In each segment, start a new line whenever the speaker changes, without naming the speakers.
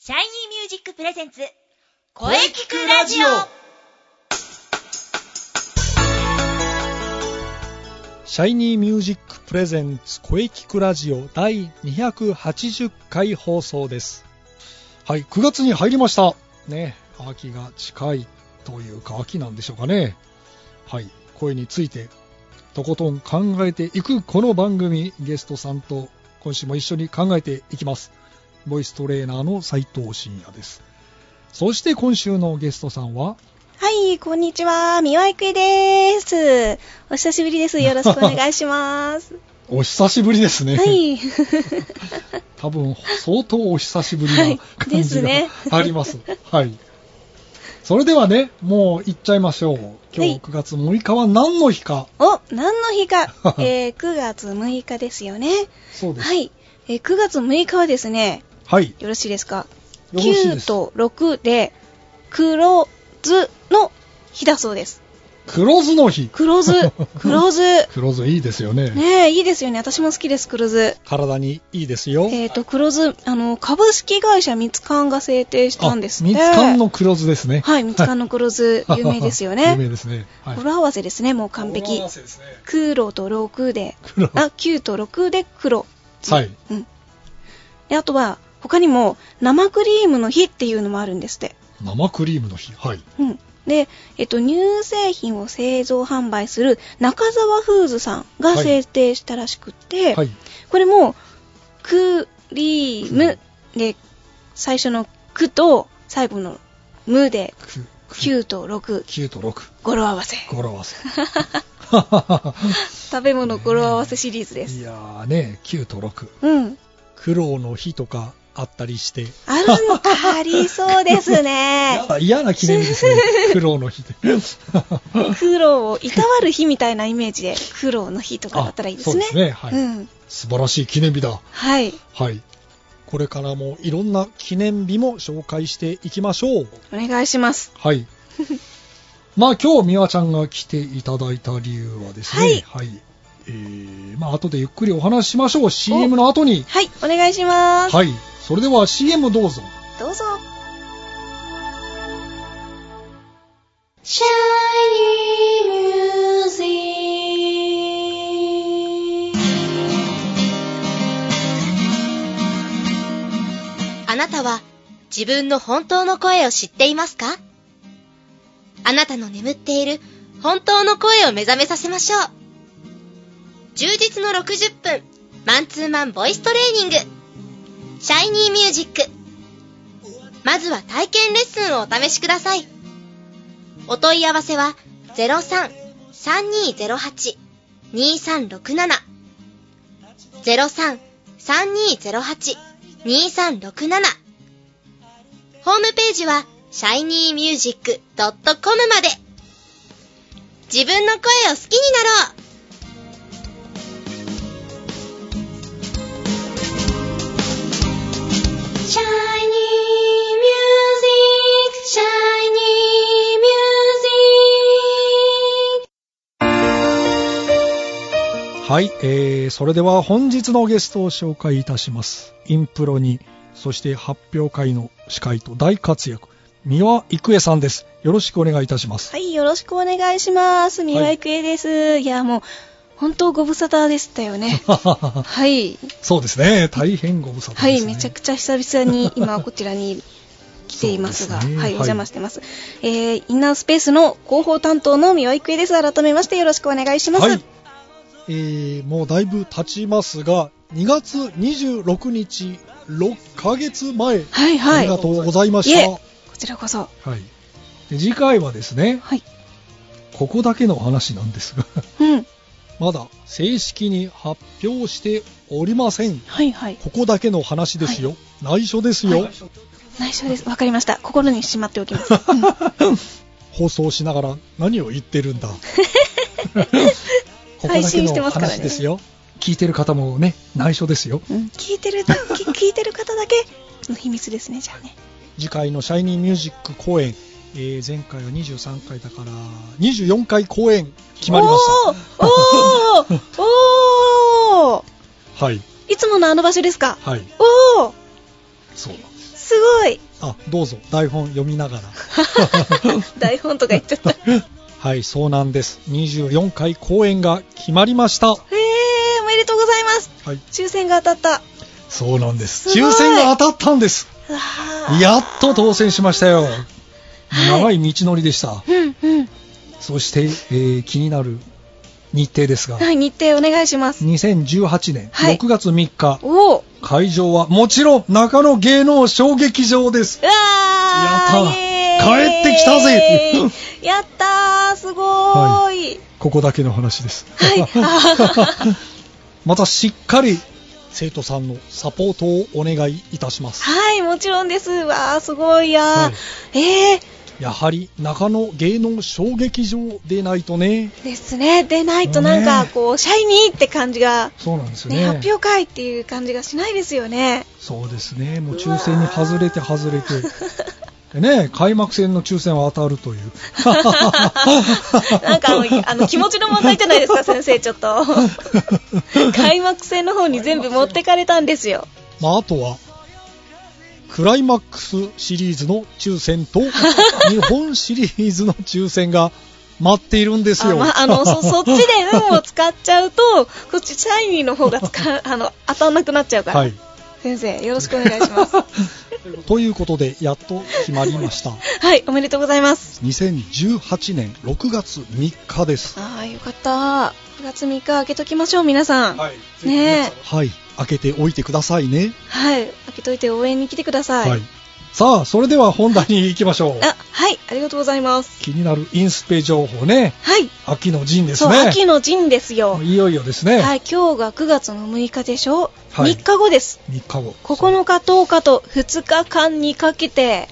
シャイニーミュージックプレゼンツ、
声聞くラジオ
シャイニーミュージックプレゼンツ声聞くラジオ第280回放送です。はい、9月に入りました。ね、秋が近いというか秋なんでしょうかね。はい、声についてとことん考えていくこの番組ゲストさんと今週も一緒に考えていきます。ボイストレーナーの斉藤真也です。そして今週のゲストさんは
はい、こんにちは。三輪郁恵です。お久しぶりです。よろしくお願いし ます。
お久しぶりですね。
はい。
多分相当お久しぶりな
はい
感
で
じが
すね
あります。はい。それではね、もう行っちゃいましょう。今
はい
日9月6日は何の日か。
お、何の 日か、えー、9月6日ですよね。
そうです。
は。い、えー9月6日はですね、
はい。
よろしいですか
よろしいです
?9 と6で、黒酢の日だそうです。
黒酢の日。
黒酢、黒酢。
黒酢いいですよね。
ねえ、いいですよね。私も好きです、黒酢。
体にいいですよ。
えっ、と、黒酢、あの、株式会社ミツカンが制定したんですって。
みつかんの黒酢ですね。
はい、ミツカンの黒 酢、有名ですよ
有名
ね。
ですね。はい
語呂合わせですね、もう完璧
語呂合。わせですね
黒と6で、
黒。
あ、9と6で黒。
はい。
うん。で、あとは、他にも、生クリームの日っていうのもあるんですって。
生クリームの日。はい。
うん。で、えっと、乳製品を製造販売する中沢フーズさんが
はい
制定したらしくって、
はい。
これも、クリームで、最初のくと、最後のむで、
く
9と6、
9と6。
語呂合わせ。
語呂合わせ。
食べ物語呂合わせシリーズです。
いやーね、9と6。
うん。
苦労の日とかあったりして、
あるの、ありそうですね
や。だ嫌な記念日ですね、苦労の日で。
苦労をいたわる日みたいなイメージで、苦労の日とかだったらいいですね。
あそうですねはい
うん。
素晴らしい記念日だ。
はい。
はい。これからもいろんな記念日も紹介していきましょう。
お願いします。
はい。まあ今日、美和ちゃんが来ていただいた理由はですね、はい。えー、まあ後でゆっくりお話ししましょう。CM の後に。
はい、お願いします。
はい。それでは CM どうぞ。
どうぞ。
シャイニーミュージックあなたは自分の本当の声を知っていますかあなたの眠っている本当の声を目覚めさせましょう。充実の60分、マンツーマンボイストレーニング。シャイニーミュージック。まずは体験レッスンをお試しください。お問い合わせは03-3208-2367 03-3208-2367ホームページは shinymusic.com まで自分の声を好きになろうシャイニーミュージック、シャイニーミュージック。
はい、えー、それでは本日のゲストを紹介いたします。インプロに、そして発表会の司会と大活躍、三輪郁恵さんです。よろしくお願いいたします。。
はい、よろしくお願いします。三輪郁恵です。い、や、もう、本当ご無沙汰でしたよねはい。
そうですね、大変ご無沙汰です、ね。
はい、めちゃくちゃ久々に今こちらに来ていますが、
そうですね
はい、お邪
はい
魔してます。えー、インナースペースの広報担当の三輪郁恵です。改めましてよろしくお願いします。
はい、えー、もうだいぶ経ちますが、2月26日、6ヶ月前、
は
あ
い、はい。
りがと
こ
うございまし
い
た。
えちらこそ。
はい。で次回はですね、
はい。
ここだけの話なんですが、
うん。
まだ正式に発表しておりません。
はい、はい。
ここだけの話ですよ。内緒ですよ。
内緒です。わかりました。心にしまっておきます。う ん
放送しながら何を言ってるん だ。ここだ
配
け
信して
の
ますからね
話ですよ。聞いてる方もね、内緒ですよ。
うん聞いてるだけ、聞いてる方だけの秘密ですね、じゃあね。
次回のシャイニーミュージック公演、えー前回は23回だから、24回公演決まりまし
おーおーおー
た。はい、
いつものあの場所ですか
はい、
おー
そうなんです。
すごい
あどうぞ台本読みながら
台本とか言っちゃった。へ
はいそうなんです24回公演が決まりましたは
えー、おめでとうございます。
い
抽選が当たった。
そうなんです
すごい
抽選が当たったんです
うわー
やっと当選しましたよ長い道のりでした、
うんうん。
そして、えー気になる日程ですが
はい、日程お願いします。
2018年
はい
6月3日、
おお。
会場はもちろん中野芸能小劇場です
うわー
やった
イエーイ
帰ってきたぜ
やったーすごーい、
ここだけの話です、
はい
またしっかり生徒さんのサポートをお願いいたします
はい、もちろんです。わあ、すごいやー、
は
ええ
やはり中野芸能小劇場でないとね
ー、ですね。でないとなんか、
ね
こう、シャイニーって感じが、
そうなんです
ね、
ね
発表会っていう感じがしないです よね。
そうですねもう抽選に外れて外 れてでね開幕戦の抽選は当たるという
なんかあの、あの気持ちの問題じゃないですか、先生、ちょっと。 開幕戦の方に全部持ってかれたんですよ。
まあ、あとは、クライマックスシリーズの抽選 と、日本シリーズの抽選が待っているんです
あ
よ。
まあ、あのそそっちで運を使っちゃうと、こっち、シャイニーの方が使うあの当たんなくなっちゃうから、
はい。
先生、よろしくお願いし ます。
ということで、やっと決まりま した。
はい、おめでとうございます。
2018年6月3日です。
ああ、よかった。9月3日、開けときましょう、皆さん。はい、
い
ねえ
はい。開けておいてくださいね。
開けといて応援に来てください。
さあ、それでは本題に行きましょう。
あ、はい、ありがとうございます。
気になるインスペ情報ね。
はい、
秋の陣です
そう、
ね。
秋の陣ですよ。
いよいよですね。
はい、今日が9月の6日でしょ、
はい
3日後です。
3日後。
9日、10日と2日間にかけて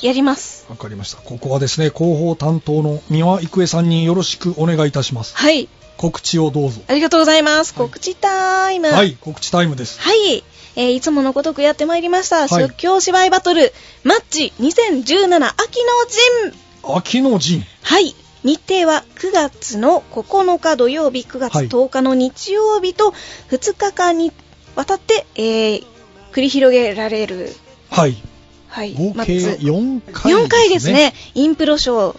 やります。
わかりました。ここはですね、広報担当の三輪郁恵さんによろしくお願いいたします。
はい、
告知をどうぞ。
ありがとうございます。
はい
告知タイム。
はい、告知タイムです。
はい。えーいつものごとくやってまいりました。
い
即興芝居バトル、マッチ2017秋の陣。
秋の陣。
はい。日程は9月の9日土曜日、9月
はい
10日の日曜日と2日間にわたって、えー繰り広げられる、
はい。
はい、
合
マ
計
ッチ
4回ですね。
4回ですね。インプロショー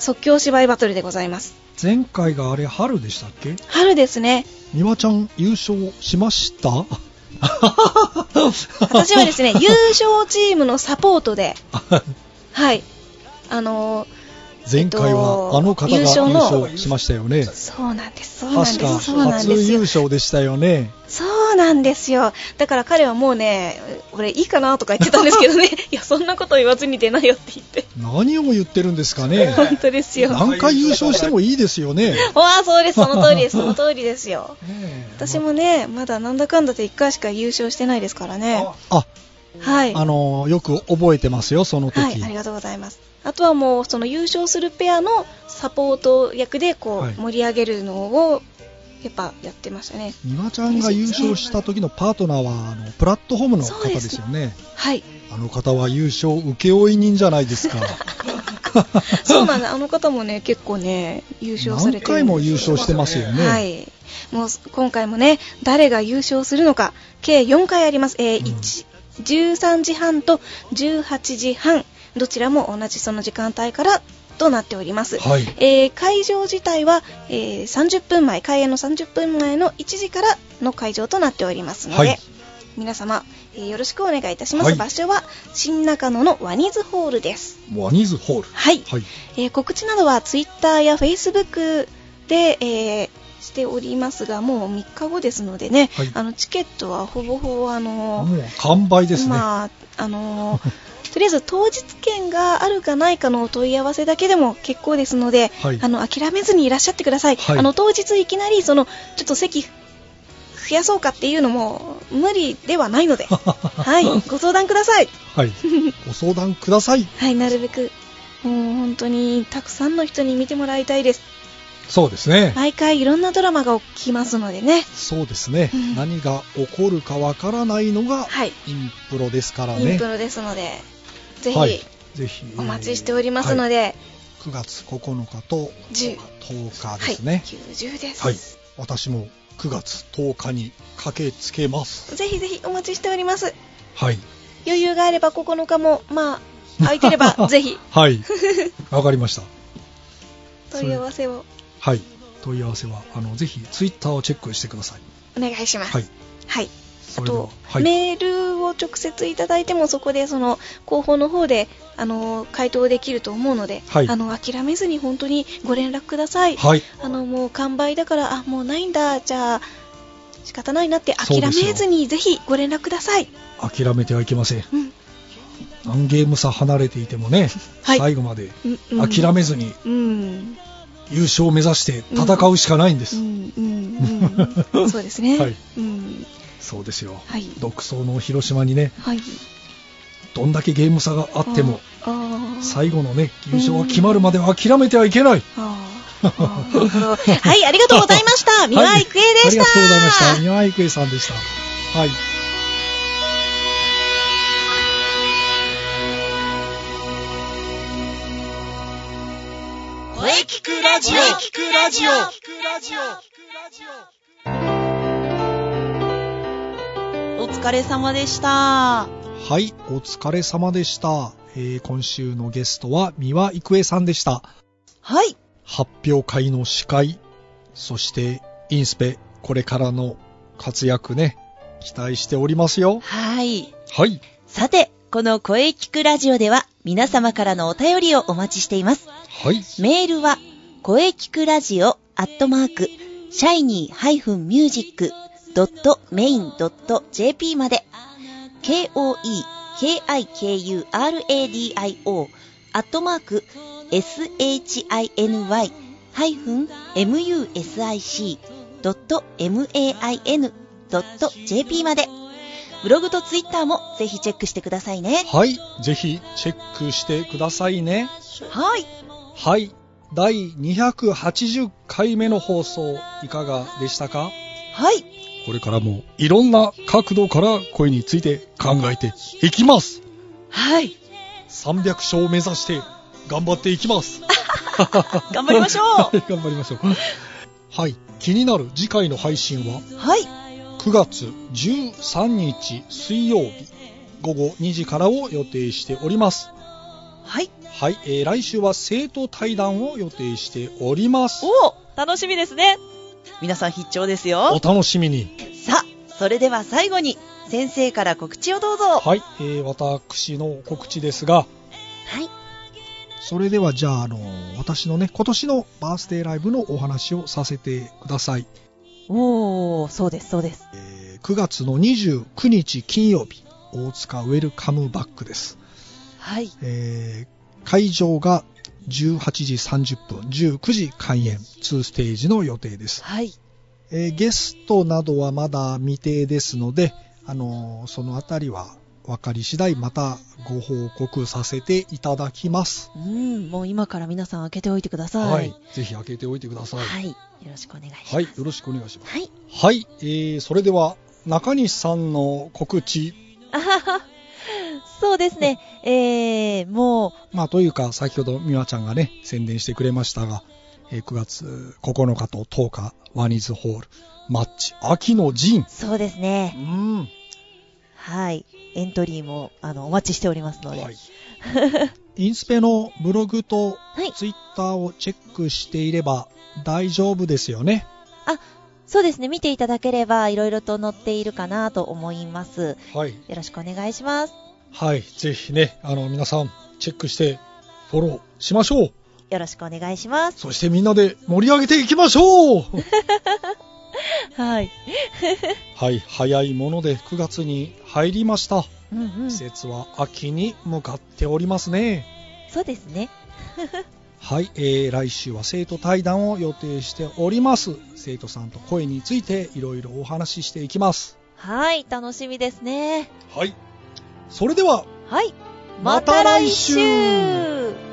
即興芝居バトルでございます。
前回があれ、春でしたっけ
春ですね。
三輪ちゃん優勝しました。
私はですね、優 勝チームのサポートで、はい。あのー
前回はあの方が優
優勝の
勝しましたよね。
そうなんです。そうなんで
確か
す。そうなん
初
です
優
よ。
勝でしたよね。
そうなんですよ。だから彼はもうね、俺いいかなとか言ってたんですけど ね、いや、そんなこと言わずに出なよって言って。
何を言ってるんですかね。
本当ですよ。
何回優勝してもいいですよね。
わあ、そうです。その 通りです。その通りですよ。
ねえ
私もね、まだなんだかんだで1回しか優勝してないですからね。
あ、
はい。
あのよく覚えてますよ、その時。
はい、ありがとうございます。あとはもう、その優勝するペアのサポート役で、こ、
はいう
盛り上げるのを、やっぱやってましたね。
ニワちゃんが優勝した時のパートナーはあのプラットフォームの方ですよね。
はい。
あの方は優勝請負人じゃない ですか。
そうなんだ。あの方もね、結構ね、優勝され
何
てる
回も優勝してますよね。
はい。もう今回もね、誰が優勝するのか、計4回あります。えー
うん
一13時半と18時半、どちらも同じその時間帯からとなっております。
はい
えー会場自体は、えー30分前、開演の30分前の1時からの会場となっておりますので、
はい
皆様、えーよろしくお願いいたします。
はい
場所は新中野のワニズホールです。
ワニズホール。
はい
はい。
えー告知などはツイッターやフェイスブックで、えーしておりますがもう3日後ですのでね、
はい
あのチケットはほぼほぼあの
もう完売ですね。
まああの とりあえず当日券があるかないかのお問い合わせだけでも結構ですので、
はい
あの諦めずにいらっしゃってください、
はい
あの当日いきなりそのちょっと席増やそうかっていうのも無理ではない ので、はい、ご相談ください。
はい。ご相談ください。
はい、なるべく、もう本当にたくさんの人に見てもらいたいです。
そうですね。
毎回いろんなドラマが起きますのでね。
そうですね。
うん
何が起こるかわからないのが
はい。
インプロですから
イン
ね
プ。ロですので、ぜ
は
ひ
いぜひ
お待ちしておりますの。で、
えーはい9月9日と
10
10日
は
で
い、
すね。
90です。
はい、私も9月10日に駆けつけます。
ぜひぜひお待ちしております。
はい、
余裕があれば9日も、まあ、空いてれ ばぜひ
はい。わかりました。
問い合わせを
はい。問い合わせは、あの、ぜひ、ツイッターをチェックしてください。
お願いします。
はい。
はい。あ
それでは
と、、
はい。
メールを直接いただいてもそこでその広報の方であの回答できると思うので、
はい
あの諦めずに本当にご連絡ください、
はい。
あのもう完売だからあもうないんだじゃあ仕方ないなって
そう
諦
ですよ
めずにぜひご連絡ください
諦めてはいけません。
うん
何ゲーム差離れていてもね、
はい
最後まで
うんうん
諦めずに
うん
優勝を目指して戦うしかないんです。
うんうんう んそうですね
はい
うん
そうですよ。
はい
独走の広島にね、
はい
どんだけゲーム差があっても、
あー
最後のね、優勝が決まるまでは諦めてはいけない。
あーあーなるほどはいありがとうございま した三輪育英で
はいあ
した
りがとうございました。三輪郁恵さんでした。はい。
声聞くラジオ声聞くラジオ
お疲れ様でした。
はい、お疲れ様でした。えー今週のゲストは三輪郁恵さんでした。
はい。
発表会の司会、そしてインスペ、これからの活躍ね、期待しておりますよ。
はい。
はい。
さて、この声聞くラジオでは皆様からのお便りをお待ちしています。
はい。
メールは、声聞くラジオアットマーク、シャイニー -music.main.jp まで、k-o-e-k-i-k-u-r-a-d-i-o アットマーク、shiny-music.main.jp まで、ブログとツイッターもぜひチェックしてくださいね。
はい。ぜひチェックしてくださいね。
はい。
はい。第280回目の放送、いかがでしたか
はい。
これからもいろんな角度から声について考えていきます。
はい。
300勝を目指して頑張っていきます。
頑張りましょう
はい 頑張りましょう。はい。気になる次回の配信は
はい。
9月13日水曜日午後2時からを予定しております。
はい。
はい。えー来週は生徒対談を予定しております。
おお楽しみですね皆さん必聴です
お
よ
楽しみに。
さあそれでは最後に先生から告知をどうぞは
はい、えー私の告知ですが、
い
それではじゃあ、あの、私のね、今年のバースデーライブのお話をさせてください。
おおそうですそうです
えー9月の29日金曜日、大塚ウェルカムバックです。
はい
えー会場が18時30分、19時開演、2ステージの予定です。
はい
えーゲストなどはまだ未定ですので、あのーそのあたりは分かり次第またご報告させていただきます。
うんもう今から皆さん開けておいてくださいはい、。
ぜひ開けておいてください。はい。
よろしくお願いします
よろしくお願いします。
はい
はい。えー、それでは、中西さんの告知。
あはは そうですねえー、も
まあ、というか、先ほど美和ちゃんがね、宣伝してくれましたが、えー9月9日と10日、ワニズホール、マッチ、秋の陣
う。そうです
う
ね
ん。
はいエントリーもあのお待ちしておりますので
はい、 インスペのブログと
はい
ツイッターをチェックしていれば大丈夫ですよね。
そうですね見ていただければいろいろと載っているかなと思います
はい。
よろしくお願いします
はい。ぜひね、あの、皆さん、チェックして、フォローしましょう。
よろしくお願いします。
そしてみんなで盛り上げていきまし ょう
はい。
はい。早いもので9月に入りました。
うんうん。
季
そ
節は秋に向かっておりますね。
うですね。
はい、えー来週は生徒対談を予定しております。生徒さんと声についていろいろお話ししていきます。
はい、楽しみですね。
はい。それでは、
はい。
また来週
また来週